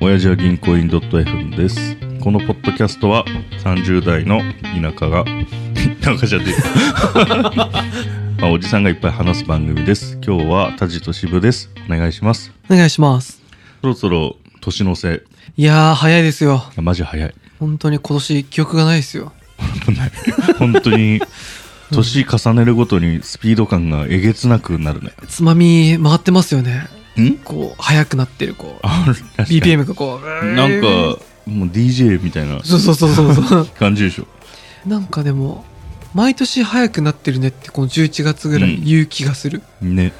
親父は銀行員 .fm ですこのポッドキャストは30代の田舎が 田舎じゃねえ まあおじさんがいっぱい話す番組です今日は田地と渋ですお願いしますお願いします。そろそろ年の瀬いやー、早いですよ。あマジ早い本当に今年記憶がないですよ。危ない本当に年重ねるごとにスピード感がえげつなくなるねつまみ回ってますよね。んこう、速くなってる、こう、あ確かに BPM がこう、なんか、もう DJ みたいなそうそうそうそうそう。 感じでしょなんかでも、毎年速くなってるねって、この11月ぐらうんい言う気がする。ね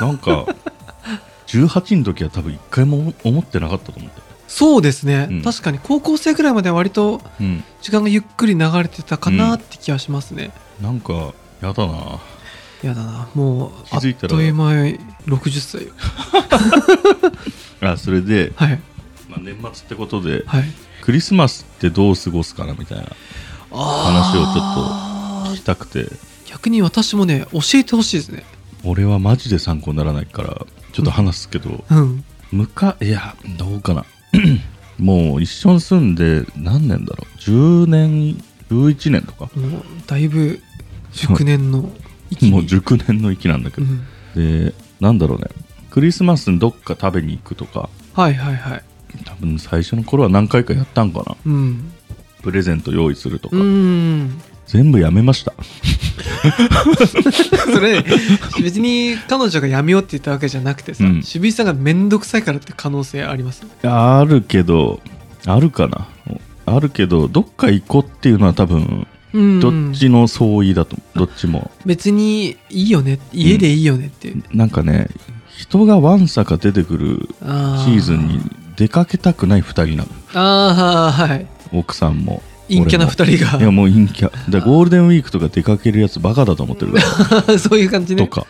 なんか18の時は多分一回も思ってなかったと思ってそうですね、うん確かに高校生ぐらいまでは割とうん時間がゆっくり流れてたかなって気がしますね。なんかやだなやだな、もう、気あっづいたらという間に60歳よ。あそれで、はい、まあ、年末ってことではい。クリスマスってどう過ごすかなみたいな話をちょっとあー聞きたくて逆に私もね教えてほしいですね俺はマジで参考にならないからちょっと話すけど、うんむかいやどうかな もう一緒に住んで何年だろう10年11年とかもうだいぶ熟年の域にもう熟年の域なんだけうど、んでなんだろうねクリスマスにどっか食べに行くとかはいはいはい多分最初の頃は何回かやったんかなうんプレゼント用意するとか、うーん全部やめましたそれ別に彼女がやめようって言ったわけじゃなくてさ、うん渋井さんが面倒くさいからって可能性ありますあるけどあるかなあるけどどっか行こうっていうのは多分うんどっちの相違だと思う、どっちも別にいいよね家でいいよねっていう、なんかね人がわんさか出てくるあシーズンに出かけたくない2人なのああはい奥さんも陰キャ俺なも2人いやがもう陰キャだからゴールデンウィークとか出かけるやつバカだと思ってるから そういう感じねとか。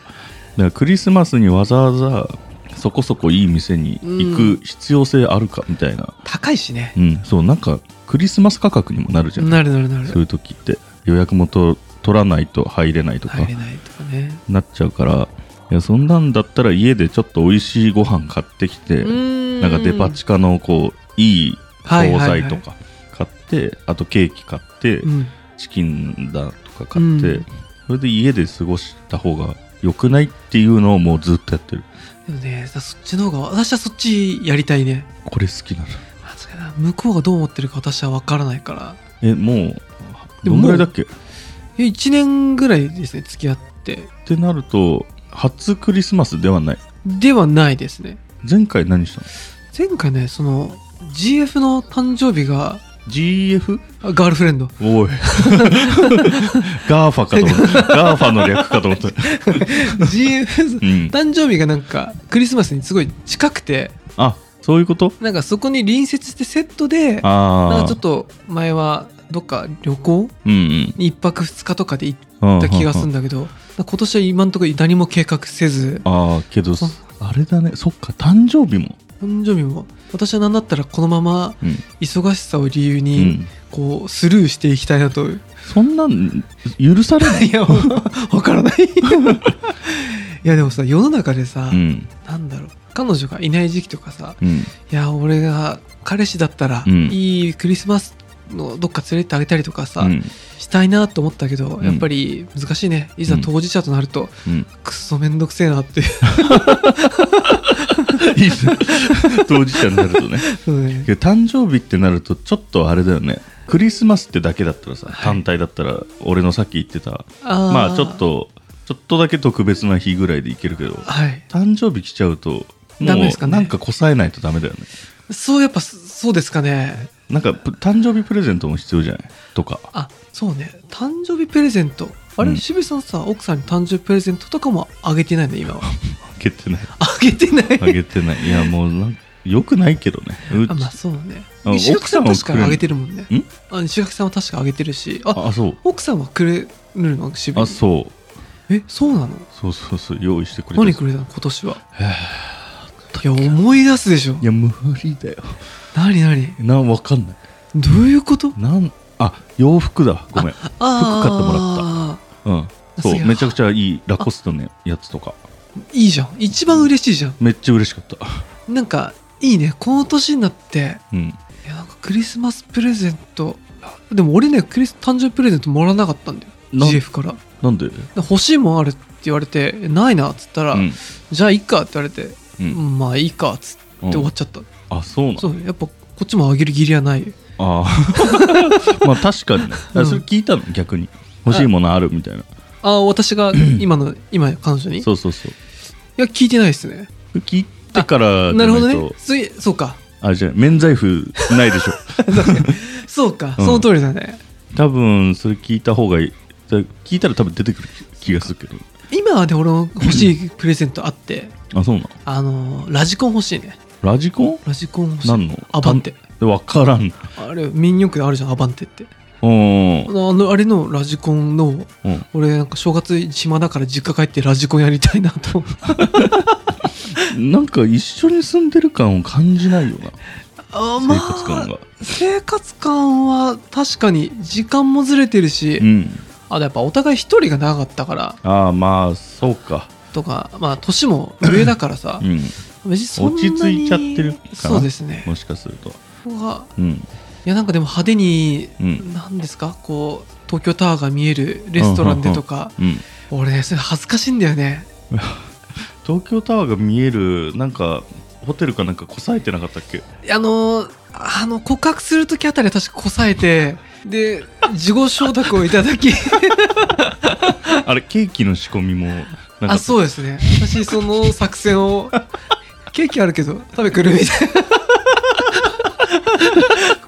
だからクリスマスにわざわざそこそこいい店に行く必要性あるかみたいな、高いしねうんそうなんかクリスマス価格にもなるじゃんなるなるなそういるう時って予約もと取らないと入れないとか入れないとかねなっちゃうからいやそんなんだったら家でちょっと美味しいご飯買ってきて、ななんかデパ地下のこういい惣菜とか買って、あとケーキ買って、うん、チキンだとか買って、うんそれで家で過ごした方が良くないっていうのをもうずっとやってるでもねそっちの方が私はそっちやりたいねこれ好きなのあそうやな向こうがどう思ってるか私は分からないからえもうでどもんぐもらういだっけっえ1年ぐらいですね付き合っててなると初クリスマスではないではないですね前回何したの前回ねその GF の誕生日が ?GF? あガールフレ ンドおい ガーファかと思ったガーファの略かと思 ったう GF ん誕生日がなんかクリスマスにすごい近くてあそういうことなんかそこに隣接してセットでなんああかちょっと前はどっか旅行うんに1泊2日とかで行っうんった気がするんだだけど、今年は今のところ何も計画せずああけどあれだねそっか誕生日も誕生日も私は何だったらこのままうん忙しさを理由うにんこうスルーしていきたいなと、 そんなん許されないいやもう わからないいやでもさ世の中でさ、うんなんだろう彼女がいない時期とかさうんいや俺が彼氏だったら、うんいいクリスマスのどっか連れてってあげたりとかさ、うんしたいなと思ったけど、うんやっぱり難しいねいざ当事者となると、うんくっそめんどくせえ なっていいっすね当事者になるとねそうねけど誕生日ってなるとちょっとあれだよねクリスマスってだけだったらさはい単体だったら俺のさっき言ってたあーまあちょっとちょっとだけ特別な日ぐらいでいけるけどはい誕生日来ちゃうともダメですうかねなんかこさえないとダメだよねそうやっぱそそうですかねなんかぷ誕生日プレゼントも必要じゃないとかあそうね誕生日プレゼントあれ、うん渋谷さんさ奥さんに誕生日プレゼントとかもあげてない ね今はあげてないあげてないあげてないいやもうなんかよくないけどねうちあまあそうねあ石垣さんは奥さ確んはくれるかあげてるもんねんあ石垣さんは確かあげてるしああそう奥さんはくれるの渋あ谷そうえそうなのそうそうそう用意してくれた何くれたの今年はいや思い出すでしょいや無理だよ何何なわかんないどういうことなんあ洋服だごめんあ服買ってもらうっんそすげうえめちゃくちゃいいラコストのやつとかたいいじゃん一番嬉しいじゃんめっちゃ嬉しかったなんかいいねこの年になってうんいやなんかクリスマスプレゼントでも俺ねクリス誕生日プレゼントもらわなかったんだよなん GF からなんでう欲しいもんあるって言われてえないなっつったら、んじゃあいいかって言われて、うんまあいいかっつってうん終わっちゃった、あそうなのそうやっぱこっちもあげる義理はないああ まあ確かにねあそれ聞いたの逆に欲しいものあるみたいなああ 私が今の今彼女にいそうそうそうや聞いてないですね聞いてからじなゃるなほどいねと次そうかあじゃあ免罪符ないでしょそうか、うんその通りだね多分それ聞いた方がいいそれ聞いたら多分出てくる気がするけど今はで俺の欲しいプレゼントあってあそうなのあのーラジコン欲しいねラジコンラジコン欲しい何のアバンテたんわからんあれ民謡区であるじゃんアバンテってうんあのあれのラジコンのうん俺なんか正月暇だから実家帰ってラジコンやりたいなと思ってなんか一緒に住んでる感を感じないよなあー生活感まあが生活感は確かに時間もずれてるし、うんあとやっぱお互い一人が長かったからああまあそうかとかまあ年も上だからさうん別にそんなに落ち着いちゃってるかなそうですねもしかするとここがうんいやなんかでも派手にうん何ですかこう東京タワーが見えるレストランでとかうん俺ねそれ恥ずかしいんだよね東京タワーが見えるなんかホテルかなんかこさえてなかったっけあのーあの告白する時あたりは確かこさえてで事後承諾をいただ きあれケーキの仕込みもなんかあそうですね私その作戦をケーキあるけど食べくるみた いな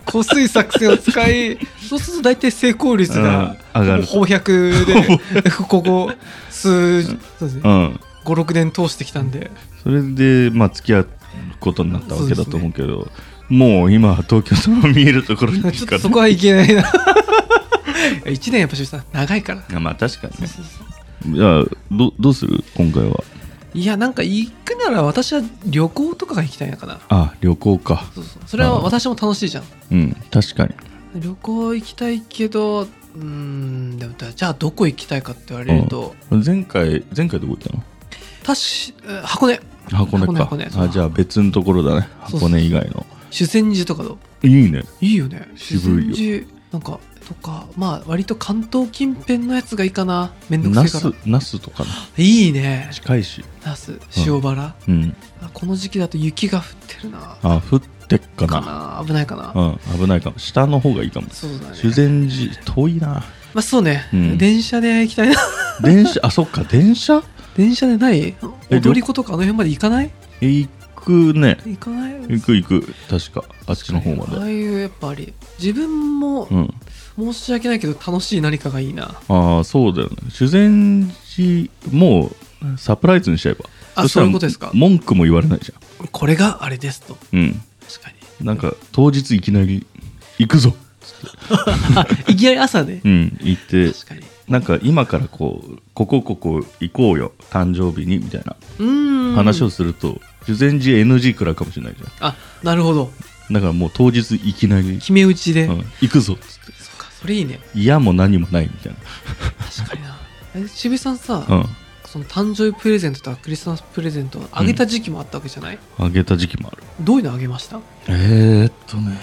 こすい作戦を使いそうすると大体成功率がうん上がるほぼ100でここ数そうですねうん56年通してきたんでそれでまあ付き合うことになったわけだと思うけどもう今東京タワー見えるところにちょ行っくとかそこはいけないな 1年やっぱしさ長いかららあまあ確かにそねうそうそうじゃあどどうする今回はいやなんか行くなら私は旅行とかが行きたいのかなあ旅行かそうそうそれは私も楽しいじゃんうん確かに旅行行きたいけどうーんでもじゃあどこ行きたいかって言われると、前回前回どこ行ったのたしえ箱根箱根か箱根箱根あじゃあ別のところだねそうそ箱う根以外の修善寺とかどういいねいいよね修渋いよ善寺なんかとかまあ割と関東近辺のやつがいいかなめんど那くせえか須ら那須とかねいいね近いし那須塩原、うんあこの時期だと雪が降ってるなあ降ってっかかなな危ないかな、うん危ないかも下の方がいいかもそうだね修善寺遠いなまあそうね、うん電車で行きたいな電車あそっか電車電車でないえ踊り子とかあの辺まで行かない行くね行かない行く行く確かあっちの方まあであいうやっぱり自分もうん申し訳ないけど楽しい何かがいいなああそうだよね修善寺もうサプライズにしちゃえばあしたらそういうことですか文句も言われないじこれがあれですとゃんうん確かになんか当日いきなり行くぞあいきなり朝ねうん行って確かになんか今からこうここここ行こうよ誕生日にみたいなうーん話をすると修善寺 NG くらいかもしれないじゃんあなるほどだからもう当日いきなり、決め打ちで、うん行くぞっつってそうかそれいいね嫌も何もないみたい確か になえ渋井さんさ、な、うん、その誕生日プレゼントとかクリスマスプレゼントをあげた時期もあったわけじゃない、あげた時期もあるどういうのあげましたえー、っとね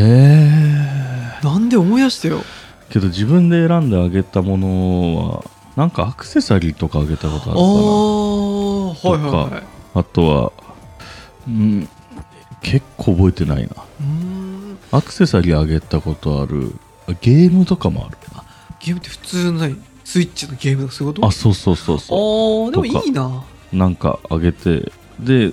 えなんで思い出してよー、けど自分で選んであげたものはなんかアクセサリーとかあげたことああるあかなーはいはいはいあとはうん結構覚えてないなうーんアクセサリーあげたことあるゲームとかもあるゲームって普通のないスイッチのゲームとかそういうことあそうそうそうそうあーでもいいななんかあげてで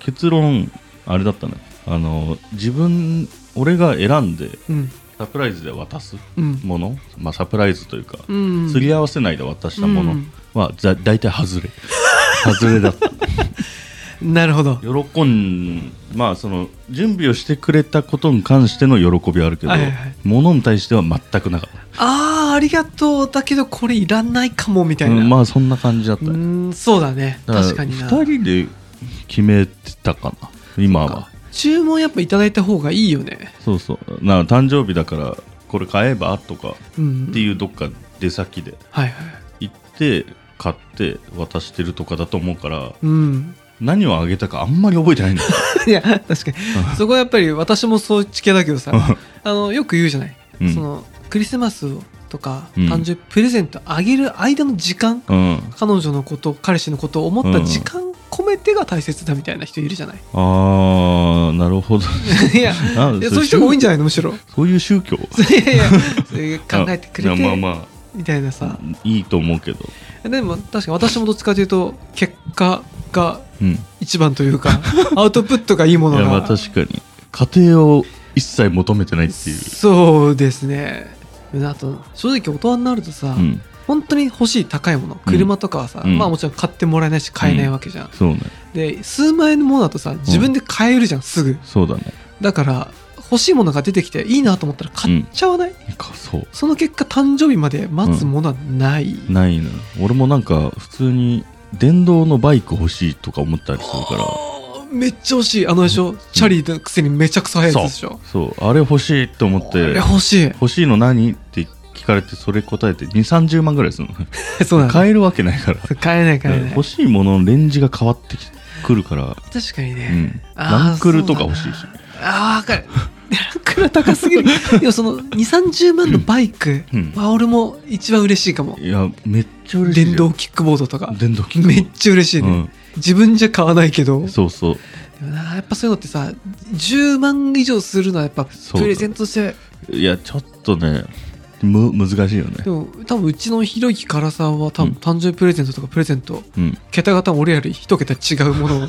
結論あれだったねあの自分俺が選んでうんサプライズで渡すうんもの、まあ、サプライズというか、うんすり合わせないで渡したもうのんは、ざ大体外れ外れだったなるほど喜んまあその準備をしてくれたことに関しての喜びはあるけど、はいはいはいものに対しては全くなかっあーありがとうだけどこれいらないかもみたた、いな、ううんん、まあそんな感じだった、ねそうだねだら確かにな2人で決めてたかな今は注文やっぱいただいた方がいいよねそうそうな誕生日だからこれ買えばとかうんっていうどっか出先ではいはい行って買って渡してるとかだと思うからうん 何をあげたかあんまり覚えてないんだよいや確かにそこはやっぱり私もそうち系だけどさあのよく言うじゃない、うんそのクリスマスとかうん誕生日プレゼントあげる間の時間、うん、彼女のこと彼氏のことを思った時間込めてが大切だみたいな人いるじゃない、ああなる ほどいやあいやそういう人が多いんじゃゃないのむ しろそういう宗教いやいやそういう考えてくれあいてやまあまみたいなあさいいと思うけどでも確かに私もどっちかというと結果がうんい一番という かアウトプットがいいものやまあが確かに家庭を一切求めてないっていうそうですねあと正直大人になるとさ、うん本当に欲しい高いもの車とかはさ、うんまあもちろん買ってもらえないし買えないわけじゃん、そうねで数万円のものだとさ自分で買えるじゃん、すぐそうだねだから欲しいものが出てきていいなと思ったら買っちゃわない、かそうその結果誕生日まで待つものはない、ないのよ俺もなんか普通に電動のバイク欲しいとか思ったりするかあーめっちゃ欲しいあのでしょ、チャリのくせにめちゃくちゃ速いやつでしょらそうあれ欲しいと思っあれて欲し欲しいの何って聞かれてそれ答えて2 3 0万ぐらいするの いそうなんだ買えるわけないからそう買えない買えない欲しいもののレンジが変わってくるから、確かにうね、ん、あーランクルとか欲しいしそうだなあーわかるランクル高すぎ るでもその2 3 0万のバイクうんは俺も一番嬉しいかも、いやめっちゃ嬉しい電動キックボードとか電動機めっちゃ嬉しいね、自分じゃ買わないけどうん、そうそうでもなやっぱそういうのってさ10万以上するのはやっぱそうプレゼントとしていやちょっとねむ難しいよねでも多分うちのひろゆきからさんは多うん分誕生日プレゼントとかプレゼントうん桁が多分俺より一桁違う ものを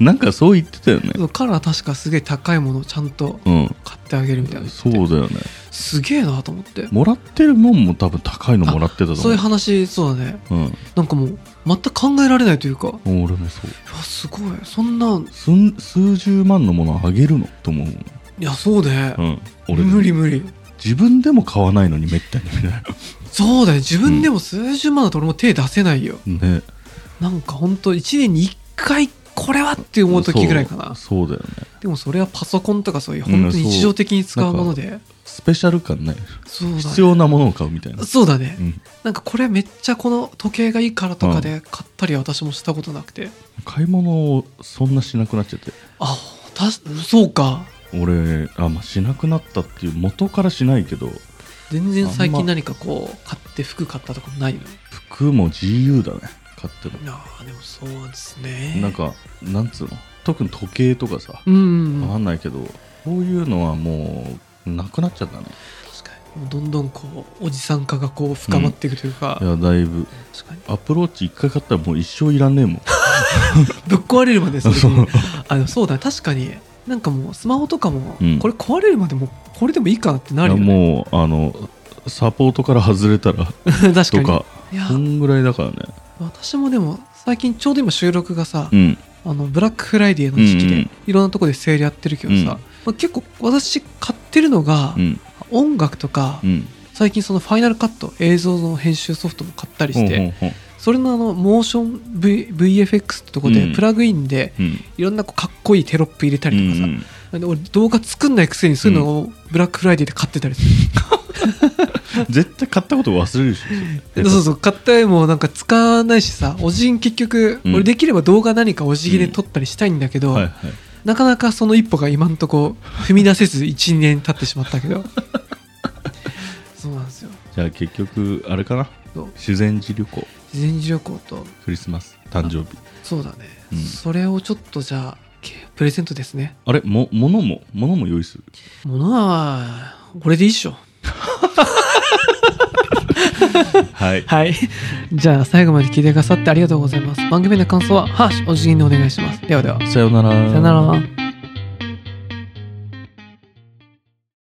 なんかそう言ってたよねでもカラー確かすげえ高いものをちゃんとうん買ってあげるみたいなそうだよねすげえなと思ってもらってるもんも多分高いのもらってたと思うそういう話そうだねなんかもう全く考えられないというかうん、俺もそういやすごいそんなんすん数十万のものあげるのと思うもん、いやそうね、うん、俺無理無理自分でも買わないのにめったにみたいそうだね自分でも数十万だと俺も手出せないよ、 なねなんかほんと1年に1回これはって思う時ぐらいかなそうそうだよねでもそれはパソコンとかそういう本当に日常的に使うもので、スペシャル感ないそうだね必要なものを買うみたいな、そうだねうん、なんかこれめっちゃこの時計がいいからとかで買ったりは私もしたことなくて、買い物をそんなしなくなっちゃってあたそうか俺あ、まあ、しなくなったっていう元からしないけど全然最あん近ま何かこう買って服買ったとかないの服も自由だね買ってもあーでもそうですねなんかなんつうの特に時計とかさうんうんわうんかんないけどこういうのはもうなくなっちゃったね確かにもうどんどんこうおじさん化がこう深まっていくというか、いやだいぶ確かにアプローチ一回買ったらもう一生いらねえもんぶっ壊れるまでそれそうにあでもそうだね確かになんかもうスマホとかも、うんこれ壊れるまでもうこれでもいいかなってなるよいやねもうあのサポートから外れたら 確かとにかいやそんぐらいだからね私もでも最近ちょうど今収録がさ、うんあのブラックフライデーの時期で、うんうんいろんなとこでセールやってるけどさ、うんまあ、結構私買ってるのが、うん音楽とか、うん最近そのファイナルカット映像の編集ソフトも買ったりほしんて、ほんほんそれのあのモーション、v、VFX ってとこで、うんプラグインでうんいろんなこうかっこいいテロップ入れたりとかさ、うんうんで俺動画作んないくせにそういうのをブラックフライデーで買ってたりする、絶対買ったこと忘れるでしょそれ そうそう買ってもなんか使わないしさおじぎん結局、うん俺できれば動画何かおじぎで撮ったりしたいんだけど、はいはいなかなかその一歩が今んとこ踏み出せず1年経ってしまったけど そうなんですよじゃあ結局あれかなそう修善寺旅行事前旅行とクリスマス誕生日そうだね、うんそれをちょっとじゃあけプレゼントですねあれも物も物も用意する物は俺でいいっしょはいはい。 じゃあ、最後まで聞いてくださってありがとうございます。番組の感想は、ハッシュお辞儀にお願いします。ではでは。さようならさよなら。